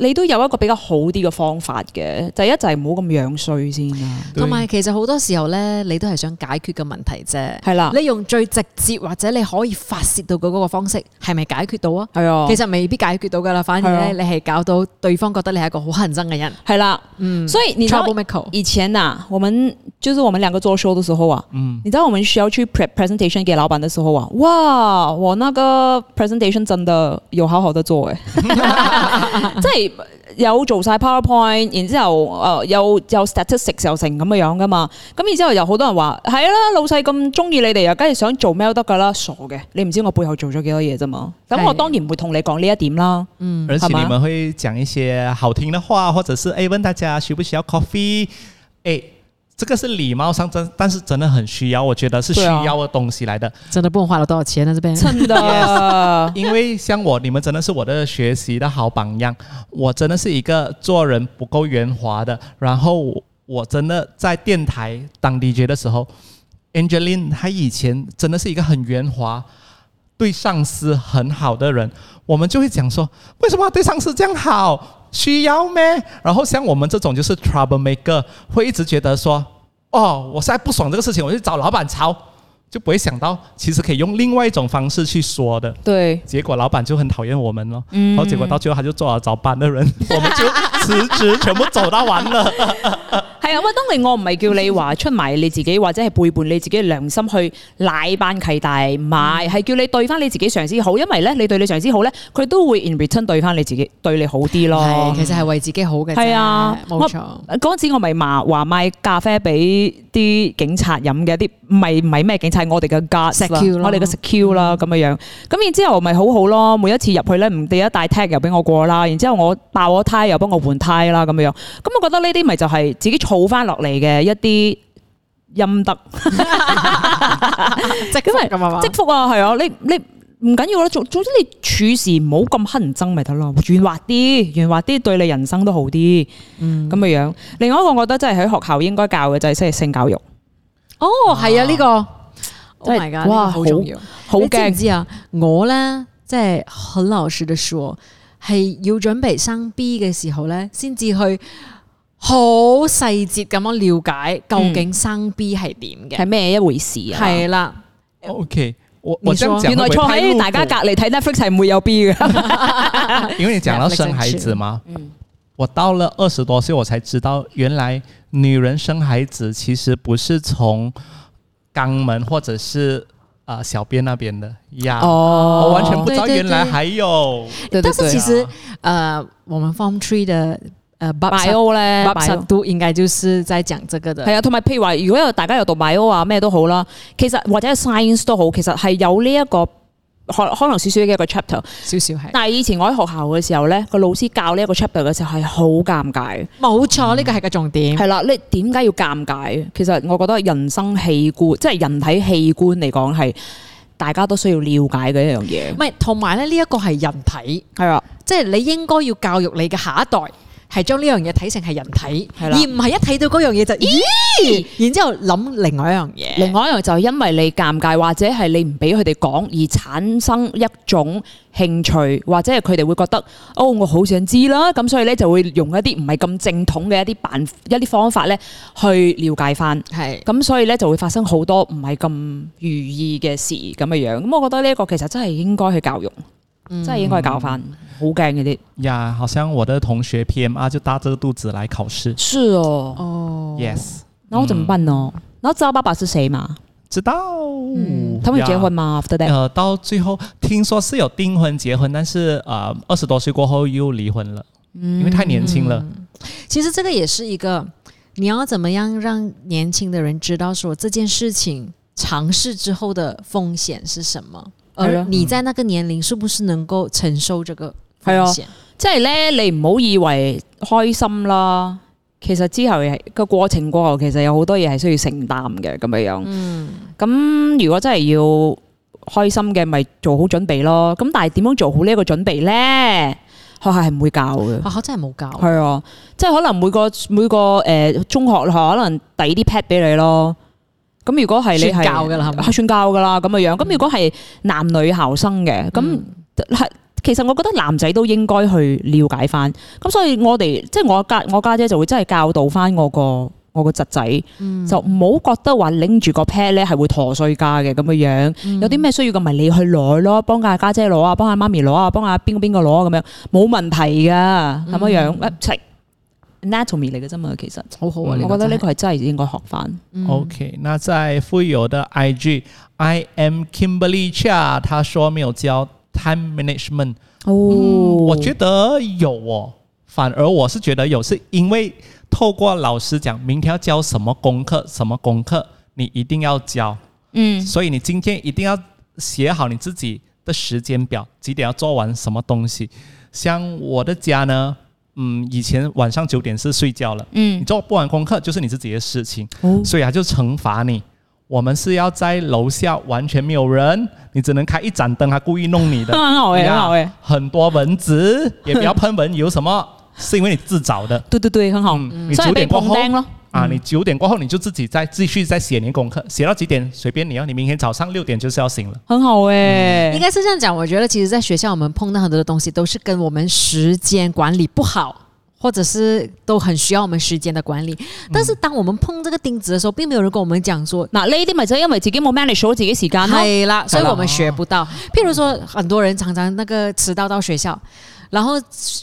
你都有一個比較好啲嘅方法嘅。第一就係唔好咁樣衰先啦，
对
同埋其實好多時候咧，你都係想解決嘅問題啫。
係啦，
你用最直接或者你可以發泄到嘅嗰個方式，係咪解決到啊？
係啊
其，實未必解決到噶啦，反而咧你係搞到對方覺得你係一個好乞人憎嘅人。
係啦。
嗯
所以你知道
，trouble maker。
以前啊，我們就是我们两个做 show 的时候啊，
嗯，
你知道我们需要去 pre- presentation 给老板的时候啊，哇，我那个 presentation 真的有好好的做诶、即係有做晒 PowerPoint，然之後誒、呃有有 statistics 又成咁嘅樣噶嘛，咁然之後有好多人話係啦，老細咁中意你哋啊，梗係想做咩都得噶啦，傻嘅，你唔知我背後做咗幾多嘢啫嘛，咁我
係
當然唔會同你講呢一點啦。
而且
好吗
你们会讲一些好听的话，或者是哎问大家需不需要 coffee，哎，这个是礼貌上真，但是真的很需要，我觉得是需
对啊
要的东西来的。
真的不懂花了多少钱啊呢？这边
真的，
因为像我，你们真的是我的学习的好榜样。我真的是一个做人不够圆滑的，然后我我真的在电台当 DJ 的时候，Angeline 她以前真的是一个很圆滑。对上司很好的人，我们就会讲说，为什么对上司这样好？需要咩？然后像我们这种就是 trouble maker，会一直觉得说，哦，我现在不爽这个事情，我就找老板吵，就不会想到其实可以用另外一种方式去说的。
對。
结果老板就很讨厌我们咯，
嗯
然后结果到最后他就做了早班 的人，我们就辞职，全部走到完了。
係啊，喂，當然我唔係叫你話出賣你自己，或者係背叛你自己嘅良心去奶班契弟，唔係，係叫你對翻你自己上司好，因為咧你對你上司好咧，佢都會 in return 對翻你自己對你好啲咯
係。其實係為自己好嘅啫，
係啊
冇錯。
嗰陣時我咪話話買咖啡俾啲警察飲嘅，啲唔係唔係咩警察，係我哋嘅 guard 啦
Secure 咯，
我哋嘅 secure 啦咁樣樣。咁然之後咪好好咯，每一次入去咧唔第一帶 tag 又俾我過啦，然之後我爆咗胎又幫我換胎啦咁樣樣。咁我覺得呢啲咪就係自己儲翻落嚟嘅一啲陰德。
即
因為
咁啊嘛
積福啊，係啊，你你唔緊要啦，總總之你處事唔好咁乞人憎咪得咯，圓滑啲，圓滑啲對你人生都好啲，咁嘅樣。另外一個我覺得真係喺學校應該教嘅就係即係性教育，
哦，係啊，呢個 Oh
真係
my god，呢
哇
個好重要。
好
你知唔
驚。
知啊？我咧即係很老實的說，係要準備生 B 嘅時候咧，先至去好細節咁樣了解究竟生 B 嗯係點嘅。
係咩一回事啊？
係啦，
哦 OK，我我
你
这
说
样讲
原來
会不
坐
会太
喺
露
大家
骨
隔離睇 Netflix 係唔會有 B 嘅。
因为你讲到生孩子 嘛，
嗯
我到了二十多岁，我才知道原来女人生孩子其实不是从肛门或者是啊、呃小便那边的呀。
哦
我完全不知道，
对对
原来
对
还有
對對
但
對
是其實呃，我們 Form Three 的呃 b a
bio 咧
b
，bio
都應該就是在講這個的。
係啊，同埋譬如話，如果有大家有讀 bio 啊咩都好啦，其實或者係 science 都好，其實係有呢、一個可可能少少嘅一個 chapter。
少少係，
但係以前我喺學校嘅時候咧，個老師教呢一個 chapter 嘅時候係好尷尬，
冇錯，呢個係個重點。
係啦、你點解要尷尬？其實我覺得人生器官，即係人體器官嚟講係大家都需要了解嘅一樣嘢
唔。係，同埋咧呢一個係人體，
係啊，
即係你應該要教育你嘅下一代。係將呢樣嘢睇成係人體，
係
而
啦
唔係一睇到嗰樣嘢就咦，然之後諗另外一樣嘢。
另外一樣就係因為你尷尬，或者係你唔俾佢哋講，而產生一種興趣，或者係佢哋會覺得哦，我好想知啦，咁所以咧就會用一啲唔係咁正統嘅一啲辦一啲方法咧去了解翻。
係
咁所以咧就會發生好多唔係咁如意嘅事咁嘅樣。咁我覺得呢一個其實真係應該去教育，真係應該教翻，好驚嗰啲。
呀，好像我的同学 PMR 就大着肚子来考试。
是哦，嗯
哦
Yes，
然後怎麼辦呢？然後知道爸爸是誰嘛？嗯
知道。
嗯
他們
呀
結婚嗎？After that，
呃，到最后听说是有订婚结婚，但是呃，二十多岁过后又离婚了，因为太年轻了。
其实这个也是一个，你要怎么样让年轻的人知道说这件事情尝试之后的风险是什么，
对
而
啊
你在那个年龄是不是能够承受这个风险？
即係啊咧，你唔好以為開心啦。其實之後係個過程過後，其實有好多嘢係需要承擔嘅咁樣樣。咁如果真係要開心嘅，咪做好準備咯。咁但係點樣做好呢一個準備咧？學校係唔會教嘅。
學校真係冇教，
係啊，即係可能每個每個诶、呃中學可能遞啲 pad 俾你咯。咁如果係你係
宣教㗎啦係咪
係宣嗯教噶啦咁嘅樣。咁如果係男女校生嘅，咁係其實我覺得男仔都應該去了解翻。咁所以我哋即係我家我家姐就會真係教導翻我個。我個侄仔、就唔好覺得話拎住個 pad 咧係會陀衰家嘅咁嘅樣，有啲咩需要嘅咪你去攞咯，幫下家姐攞啊，幫嗯下媽咪攞啊，幫下邊個邊個攞啊咁樣。冇問題噶咁樣樣，一齊 anatomy 嚟嘅啫嘛，其實
好好啊，
嗯
我
呢
覺
個
得
真
呢
係
個係真係應該學翻。
OK，那在富有的 IG I am Kimberly Chia，他说没有教 time management，、
哦，
我
我
觉得有哦，反而我是觉得有，是因为透过老师讲明天要教什么功课，什么功课你一定要教，
嗯
所以你今天一定要写好你自己的时间表，几点要做完什么东西。像我的家呢，嗯，以前晚上九点是睡觉了，你
嗯，
做不完功课就是你自己的事情。
哦
所以他就惩罚你。我们是要在楼下完全没有人，你只能开一盏灯，他故意弄你的。
很好哎，
呀
很好哎，
很多蚊 子，也不要喷蚊油，什么是因为你自找的
對對對，很好，
嗯你
所以
九
被
點過
碰
後
釘咯。
啊！你九点过后你就自己再继续再写你功课，写到几点随便你哦。你明天早上六点就是要醒了。
很好哎、
应该是这样讲，我觉得其实，在学校我们碰到很多的东西，都是跟我们时间管理不好，或者是都很需要我们时间的管
嗯
理。但是当我们碰这个钉子的时候，并没有人跟我们讲说。
嗱呢啲咪就係因為自己冇 manage 好自己時間咯。
对啦，所以我们学不到。
嗯
譬如说，很多人常常那个迟到到学校，然后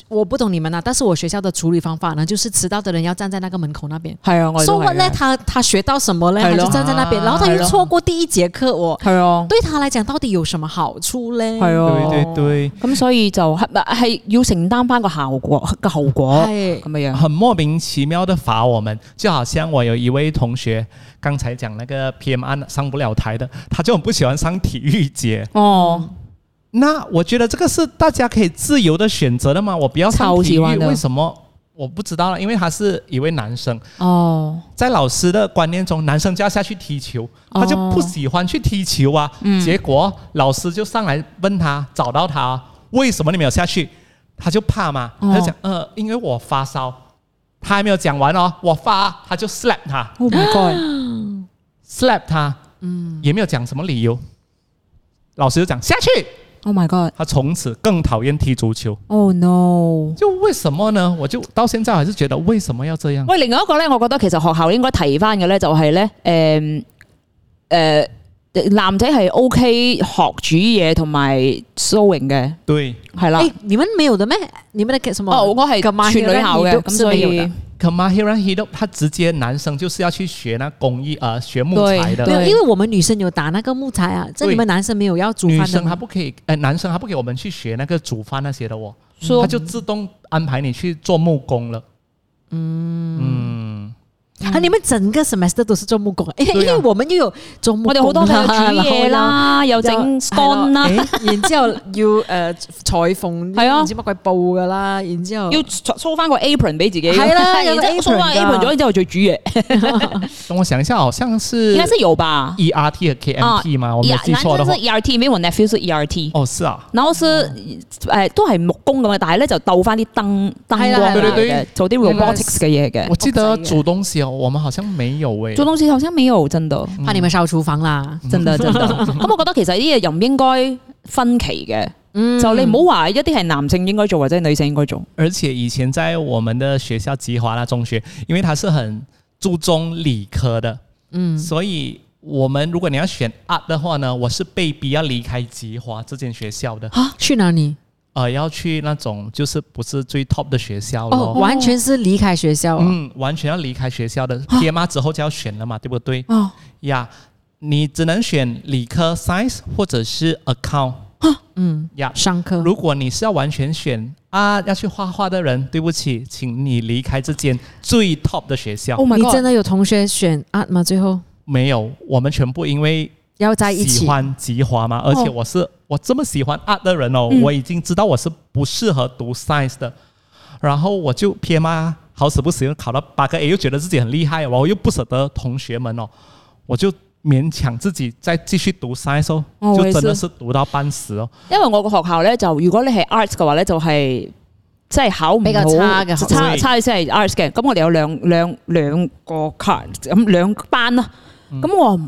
我不懂你们啊，但是我学校的处理方法呢，就是迟到的人要站在那个门口那边。
係啊，我哋
So
都
what
係
呢？
啊。
他他学到什么呢？
係
他
咯
就站在那边，
啊
然后他
係
又
咯
错过第一节课哦。
係啊，
对他来讲，到底有什么好处呢？
係啊。
对对对，
咁所以就係咪係要承擔翻個效果個後果
係
咁嘅樣。
很莫名其妙的罚我们，就好像我有一位同学刚才讲那个 PM 案上不了台的，他就很不喜欢上体育节，
哦，
那我觉得这个是大家可以自由的选择的嘛，我不要上
超
体
喜
育，
欢的
为什么？我不知道了，因为他是一位男生，
哦，
在老师的观念中，男生就要下去踢球，
哦嗯
他就不喜欢去踢球啊。结果老师就上来问他，找到他，为什么你没有下去？他就怕嘛，
哦
他就讲，呃，因为我发烧。他还没有讲完哦，我发，他就 slap 他
好唔該，
，slap 他，嗯，也没有讲什么理由，老师就讲下去，
Oh my god！
他从此更讨厌踢足球。
Oh no！
就为什么呢？我就到现在还是觉得为什么要这样？
喂，另外一個咧，我覺得其實學校應該提翻嘅咧，就係咧，誒誒，男仔係 OK 學煮嘢同埋 sewing 嘅，
对，
係啦
哎。，你们没有的咩？你们的什么？
哦，我係
咁啊
全女校
你
嘅，
都
咁所
是沒有
以
的
可马 h e r a n Hido 他直接男生就是要去学那工艺啊、呃学木材
对
的。
没有，因为我们女生有打那个木材啊，这
对
你们男生没有要煮
女
饭的
生他
吗？
不可以，呃，男生他不给我们去学那个煮饭那些的哦，
说
他就自动安排你去做木工了。嗯
啊，你们整个 semester 都是做木工， 因为因
对啊
为我们又有做木
我
工
哋
啊啦，
好多都 有煮嘢啦，又整 scone 啦，
然後，誒然之後 要诶裁縫，
係啊
唔知乜鬼布噶啦，然之後
要操翻個 apron 俾自己。
係啦有
然
個
之後操翻
apron
apron
㗎
咗之後再煮嘢，
等我想一下，好像是
應該是有吧？E
E R T 和 K M T 吗？我没有
呀
记错的
男
话
生，是 ERT，因為我 nephew 是 ERT。
哦，是 啊，
然後是誒都係木工咁嘅，但係咧就鬥翻啲燈燈
係啦
光
係啦
嚟
對對
嘅
對，
做啲 robotics 嘅嘢嘅
我。记
我
得
不知耶
煮东西哦，我们好像没有诶。
做東西好像沒有，真
嗯
的，
啊怕你们烧廚房啦。
真 的，真的。咁我覺得其實呢啲嘢又唔應該分歧嘅，
嗯
就你唔好話一啲係男性應該做或者女性應該做。
而且以前在我们的学校吉华那中学，因为它是很注重理科的，
嗯
所以我们如果你要选 art 的话呢，我是被逼要离开吉华这间学校的，
啊，去哪里？
呃，要去那种就是不是最 top 的学校
哦，
咯。
完全是离开学校。啊
嗯，完全要离开学校的 PMR 之后就要选了嘛，对不对？
哦，
呀、你只能选理科 science 或者是 account
嗯，
呀。
上课。
Oh
如果你是要完全选啊要去画画的人，对不起，请你离开这间最 top 的学校。
Oh my
你真
god！
的有同学选 art 吗？最后
没有，我们全部因为
要在一
喜
起。
欢吉华嘛，而且我是、我这么喜欢 art 的人哦，
嗯
我已经知道我是不适合读 science 的，然后我就 PMI 好死不死又考到八个 A，又觉得自己很厉害，哦我又不舍得同学们哦，我就勉强自己再继续读 science 哦，
哦我
就
也
真的
是
是讀到半死哦。
因為我個學校咧，就如果你係 arts 嘅話咧，就係即係考唔
比較差嘅學
學
生
差差先係 arts 嘅。咁我哋有兩兩兩個卡，咁兩班啦。咁、我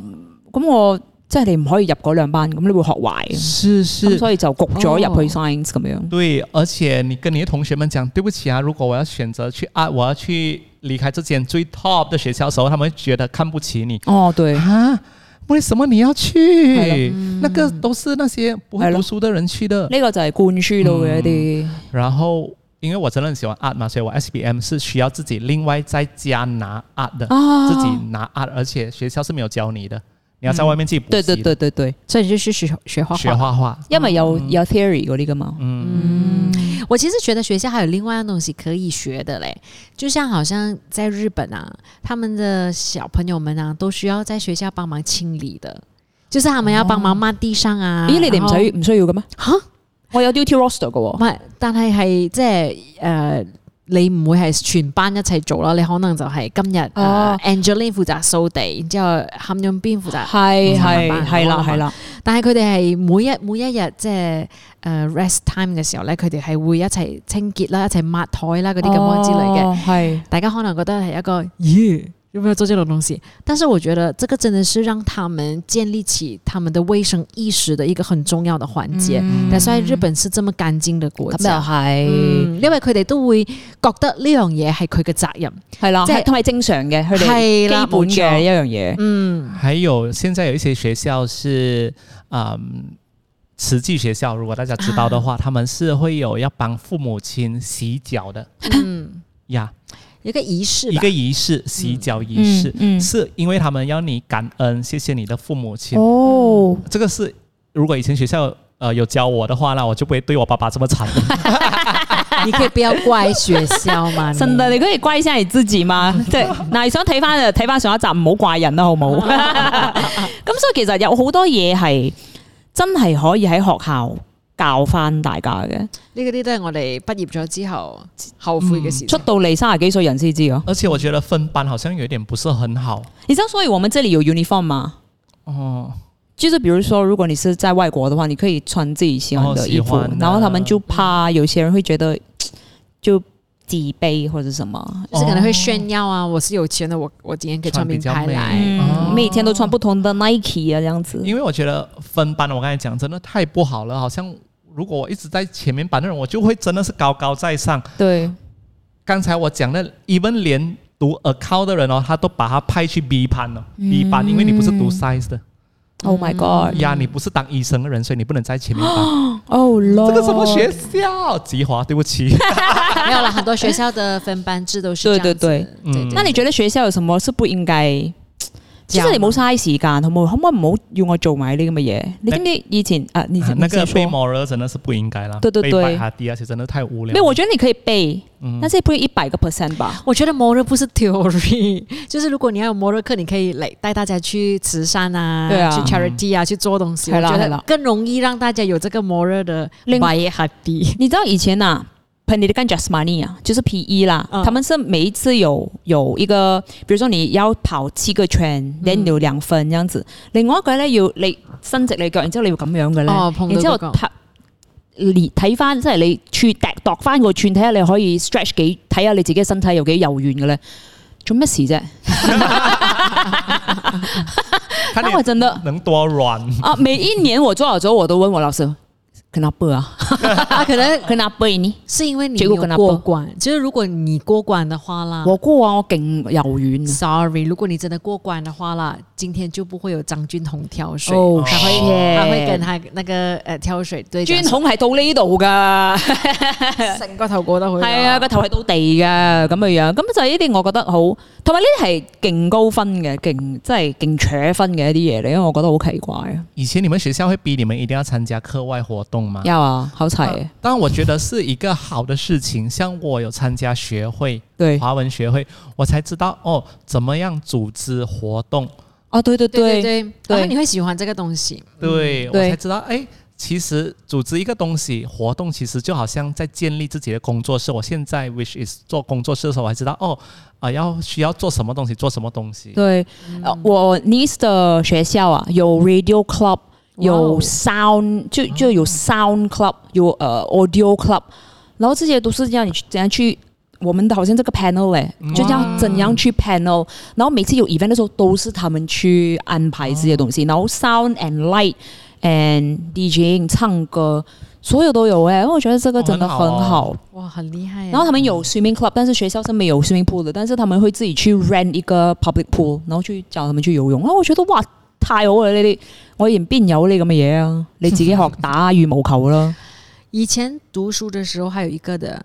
咁我即係你唔可以入嗰兩班，咁你會學壞。
是
咁
是，
所以就焗咗入去
哦
science 咁樣。
对，而且你跟你的同学们讲，对不起啊，如果我要选择去 art，我要去离开这间最 top 的学校的时候，他们会觉得看不起你。
哦，對，
啊，为什么你要
係
去？那个都是那些不
係
会
咯
读书的人去的。
呢個就係灌輸到嘅一啲。
然后因为我真的很喜欢 art 嘛，所以我 SBM 是需要自己另外在家拿 art 的，
啊，
嗯自己拿 art，而且学校是没有教你的，你要在外面自己补
對，
习的
对对对对对，
所以你就去学学画
学
啊
画。
画画。
因为有有 theory 嗰啲噶嘛，
嗯，我其实觉得学校还有另外一样东西可以学的嘞，就像好像在日本啊，他们的小朋友们啊，都需要在学校帮忙清理的，就是他们要帮忙抹地上啊。
咦，你哋唔
然後
使唔需要嘅咩？
吓
我有 duty roster 嘅
唔
喎，
係，但係係即係誒，你唔會係全班一齊做啦，你可能就係今日、
哦
呃 Angeline 負責掃地，然之後冚用邊負責。
係係
嗯
係啦
嗯
係啦，
但係佢哋係每一每一日即係誒 rest time 嘅時候咧，佢哋係會一齊清潔啦，一齊抹台啦嗰啲咁樣之類嘅。
嘅，哦係
大家可能覺得係一個咦，有沒有做這種東西？但是我覺得這個真的是讓他們建立起他們的衛生意識的一個很重要的環節。
嗯
但所以日本是這麼乾淨的國
咁
家
又。係
嗯，因為佢哋都會覺得呢樣嘢係佢嘅責任。
係啦，
即
即
係
係同埋正常嘅，佢哋基
係啦
本嘅
冇錯
一樣嘢，
嗯，
还有现在有一些学校是，嗯，慈济学校，如果大家知道的
啊
话，他们是会有要帮父母亲洗脚的，
嗯，
呀，
一個儀式
一
吧
个。仪式，洗脚仪式，
嗯
是因为他们要你感恩，谢谢你的父母亲。
哦，
这个是如果以前学校呃有教我的话，那我就不会对我爸爸这么 惨。
你可以不要怪學校 嘛？你
真嘅，你可以歸晒你自己嘛， 即係嗱，想睇翻就睇翻上一集，唔好怪人啦，好唔 好？咁所以其實有好多嘢係真係可以喺學校教翻大家嘅，
呢嗰啲都係我哋畢業咗之後後悔嘅事情。
嗯出到嚟三十幾歲人先知咯。
而且我觉得分班好像有点不是很好
你知道，所以我们这里有 uniform 吗？
哦。
就是比如说，如果你是在外国的话，你可以穿自己喜欢的衣服，
哦喜欢的嗯
然后他们就怕有些人会觉得就自卑或者什么。
就是可能會炫耀啊，我是有錢的，我我今天可以穿名牌
穿比較
來
美。
嗯，每天都穿不同的 Nike 啊，这样子。
因为我觉得分班，我刚才讲真的太不好了，好像如果我一直在前面班的人，我就会真的是高高在上。
对，
刚才我讲的，even 连读 account 的人哦，他都把他派去 B 班了、b
嗯
班，因为你不是读 science 的嗯
Oh my God！
呀，你不是当医生的人，所以你不能在前面班。
哦，
这个
这
什么学？校？吉华，对不起。
没有啦，很多學校的分班制都是
對
這樣子
對嗯對
對對
那你觉得学校有什么是不应该？
啊
其
教
实你冇嘥時間，好冇？可唔可以唔好要我做埋呢啲咁嘅嘢？你知唔知以前啊？ 你
那个背
背吗？
毛人真的是不应该啦，
对对对
背白哈迪，而且真的太无聊。
没有，我觉得你可以背，
嗯
但是不会一百个 percent 吧？
我觉得 moral 不是 theory，就是如果你要有 moral 课，你可以来带大家去慈善啊，
对啊
去 charity 啊，去做东
系
西，我
啦
觉
系
得
啦
更容易让大家有这个 moral 的
另嗯
by happy。
你知道以前啊，盆你的干 just money 啊，就是 PE 啦，
嗯
他们是每一次有有一个，比如说你要跑七个圈，
嗯
你有两分这样子。另外一個咧要你伸直你腳，然之後你要咁樣嘅咧，
哦碰到
然之後
嗰個
拍連睇翻即係你串趯度翻個串，睇下你可以 stretch 幾，睇下你自己身體有幾柔軟嘅咧。做乜事啫？
看
啊，我
你
真的
能多软。
啊，每一年我做好之後，我都問我老師，跟他背 啊，
啊，可能
跟他背呢？
是因为你
结果
没有
跟他
过
报
关，就是如果你过关的话啦
我過啊，我勁柔軟啊。
，sorry，如果你真的过关的话啦，今天就不会有张俊宏跳水，
哦
他会
shit
他会跟他那个呃跳水对
專孔係到呢度㗎。
成个头过得去，
係啊，個頭係到地嘅咁嘅樣，咁就係呢啲我覺得好，同埋呢啲係勁高分嘅，勁即係勁扯分嘅一啲嘢嚟，因為我覺得好奇怪啊。
以前你们学校会逼你们一定要参加课外活动吗？
有啊，好齊嘅，
但我觉得是一个好的事情。像我有参加学会，
對，
华文学会，我才知道哦，怎么样组织活动，
哦，對對
对
對，
对对，
对
然后你会喜欢这个东西，
对
对
我才知道，哎，其实组织一个东西活动，其实就好像在建立自己的工作室。我现在 which is 做工作室的时候，我还知道哦，啊、要需要做什么东西，做什么东西。
對，呃我 niece 的學校啊，有 radio club，有
哇哦
sound，就就有 sound club，有呃 audio club，然後這些都是叫你去怎樣去。我們的好像這個 panel 嘞，就要怎樣去 panel，然後每次有 event 的時候都是他們去安排這些東西，然後 sound and light and DJing 唱歌，所有都有哎、因為我覺得這個真的很
哦很
好。
好
哇，很厉害啊。
然後他們有 swimming club，但是學校是沒有 swimming pool 的，但是他們會自己去 rent 一個 public pool，然後去教他們去游泳。啊，我覺得哇太好啦呢啲，我以前邊有呢啲咁嘅嘢啊？你自己學打羽毛球啦，
以前读书的时候还有一个的，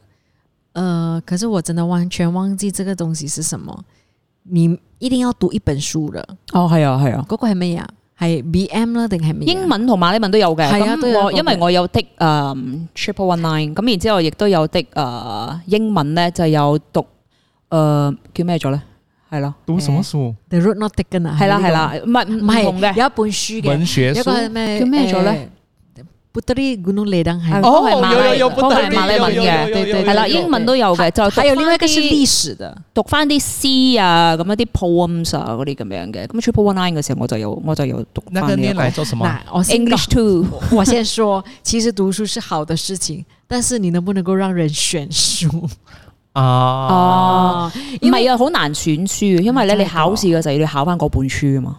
呃，可是我真的完全忘记这个东西是什么。你一定要讀一本書啦，
哦，係啊，係啊。
嗰、個係乜嘢啊？係 B M 啦定係乜嘢啊？
英文同馬來文都有嘅，
係啊都
咁
有
我
嗰個
因為我有的誒 triple one nine，咁然之後亦都有的誒、呃英文咧就有讀誒、呃叫咩咗咧？係咯，
读什么书？
The Road Not Taken 啊，
係啦
呢個
係啦，唔係
唔
唔
係
同嘅，
有一本書嘅，
文学
有一
书
個。係咩哦
叫咩咗咧
？Puteri Gunung Ledang 係
係
嗎
哦
都係馬來都係馬來文嘅
有有有有有有有有有有
係啦，英文都有嘅，就
還有另外一個是
是
歷史的，
讀翻啲詩啊，咁一啲 poems 啊嗰啲咁樣嘅。咁 triple one nine 嘅時候我就有我就有讀
那
翻
个
呢一
念
個
来做什么？
嗱，我先講
English two。
我先說，其實讀書是好的事情，但是你能不能夠讓人選 書？
啊，
哦，唔
因為
係啊，好難選書，因為咧
真係
你考試嘅時候你考翻嗰本書啊嘛，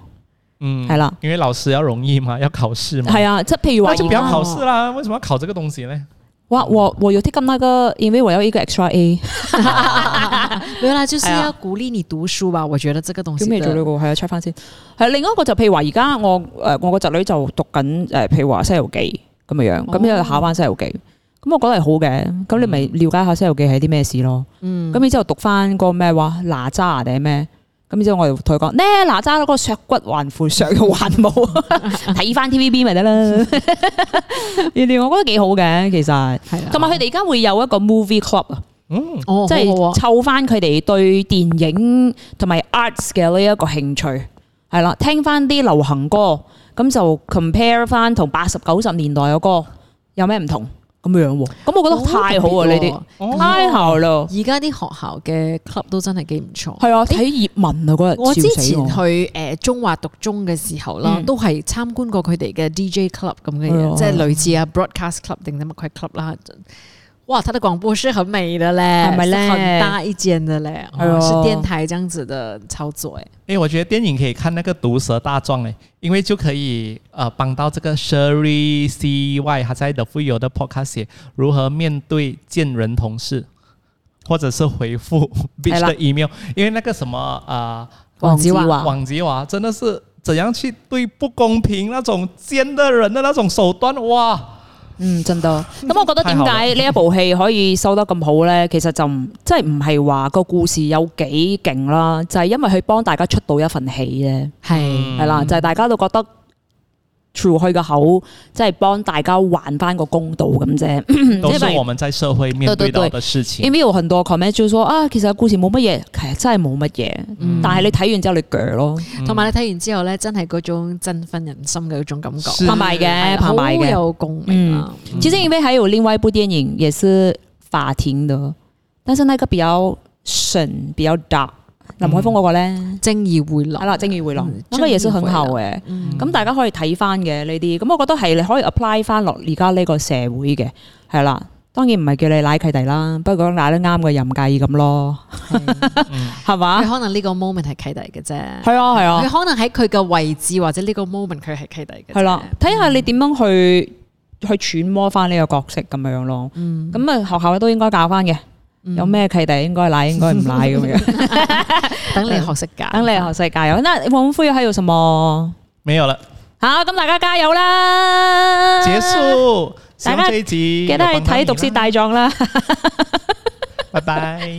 嗯
係，啦。
因为老师要容易嘛，要考试嘛，
系啊，啊即係譬如話
那就不要
哦
考试啦，为什么要考这个东西呢？
哇，我我有 take up 那个，因為我有一個 extra A，
没有啦，就是
哎
要
呀
鼓勵你讀書
哎
吧。我覺得這個東
叫
西
咩
的
做呢個？係啊，check 翻先。係另一個就譬如話，而家我誒我個侄女就讀緊誒，譬如話《西遊記》咁嘅
哦
樣，咁又考翻《西遊記》。咁我覺得係好嘅，咁你
嗯
咪了解下《西遊記》係啲咩事咯。咁然之後讀翻個咩話哪吒啊定係咩？咁然之後我就同佢講 呢哪吒嗰個削骨還父，削肉還 母，睇翻 TVB 咪得啦。原來我覺得幾好嘅，其實。
係啊
同埋佢哋而家會有一個 movie club 啊。
嗯，
哦，
即
好好
係
啊
湊翻佢哋對電影同埋 arts 嘅呢一個興趣，係啦，聽翻啲流行歌，咁就 compare 翻同八十九十年代嘅歌有咩唔同咁樣喎。咁我覺得太好啊！呢啲
哦
太好啦，
而家啲學校嘅 club 都真係幾唔錯。
係啊，睇葉問啊嗰日，
我之
笑死
前
我
去誒、呃中華讀中嘅時候啦，
嗯
都係參觀過佢哋嘅 DJ club 咁嘅
係
嘢，
啊
即係類似啊 broadcast club 定乜鬼 club 啦。哇，它的廣播室很美的嘞，
係咪咧
是很大一間的嘞，
係啊
哦，是電台這樣子的操作誒。
诶，我觉得电影可以看那个《毒舌大状》嘞，因为就可以呃帮到这个 Sherry C Y 他在 The f u y o 的 Podcast 写如何面对贱人同事，或者是回 复 bitch
啦啊
的 email，因为那个什么呃
黃子華
网吉娃真的是怎样去对不公平那种奸的人的那种手段哇！
嗯，真得。咁我覺得點解呢一部戲可以收得咁好呢？其實就唔即係唔係話個故事有幾勁啦，就係、因為佢幫大家出到一份戲啫。
係
嗯
係啦，就係大家都覺得 true 佢個口，即係幫大家還翻個公道咁
嗯
啫。
都是
因為
我们在社会面
对对
对到
对
的事情
因。為有很多 comment 就說啊，其實故事冇乜嘢，其實真係冇乜嘢。
嗯
但係你睇完之後你鋸咯，
同埋你睇完之後咧，真係嗰種振奮人心嘅嗰種感覺，
是
拍賣嘅，
嗯係啊
拍
好
賣嘅。嗯
有共鳴啊！
其實因為還有另外一部電影也是法庭的，但是那個比較神，比較 dark。林海峰嗰個咧，
正義回廊
係啦，《正義回廊
嗯》
嗰個也是很好嘅。
嗯
咁大家可以睇翻嘅呢啲，咁我覺得係你可以 apply 翻落而家呢個社會嘅，係啦。當然唔係叫你奶契弟啦，不過奶得啱嘅又唔介意咁咯， 係
佢
嘛？
可能呢個 moment 係契弟嘅啫，
係啊係
佢
啊，
可能喺佢嘅位置或者呢個 moment 佢係契弟嘅啫，
係啦，睇下你點樣去去揣摩翻呢個角色咁樣咯。咁啊學校都應該教翻嘅，有咩契弟應該奶應該唔奶咁樣。
等你學識㗎，
等你學世界有，那黃夫又喺度什麼？
没有了，
好，咁大家加油啦！
结，束。希
大家
望这一集
記得去
有帮到
睇《
你
毒
啦
舌大狀》啦。
拜拜。